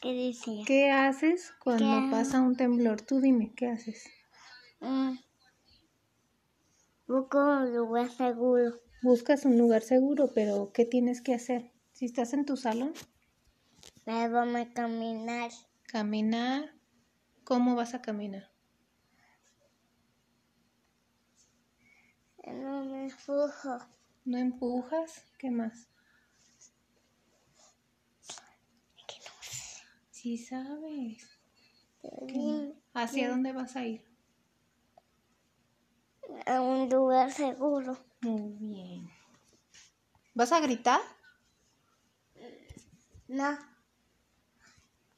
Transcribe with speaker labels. Speaker 1: ¿Qué decía?
Speaker 2: ¿Qué haces cuando
Speaker 1: ¿Qué?
Speaker 2: pasa un temblor? Tú dime, ¿qué haces?
Speaker 1: Mm. Busco un lugar seguro.
Speaker 2: Buscas un lugar seguro, pero ¿qué tienes que hacer? Si estás en tu salón,
Speaker 1: Me vamos a caminar.
Speaker 2: caminar. ¿Cómo vas a caminar?
Speaker 1: No me empujo.
Speaker 2: ¿No empujas? ¿Qué más? Sí sabes.
Speaker 1: Bien.
Speaker 2: ¿Hacia dónde vas a ir?
Speaker 1: A un lugar seguro.
Speaker 2: Muy bien. ¿Vas a gritar?
Speaker 1: No.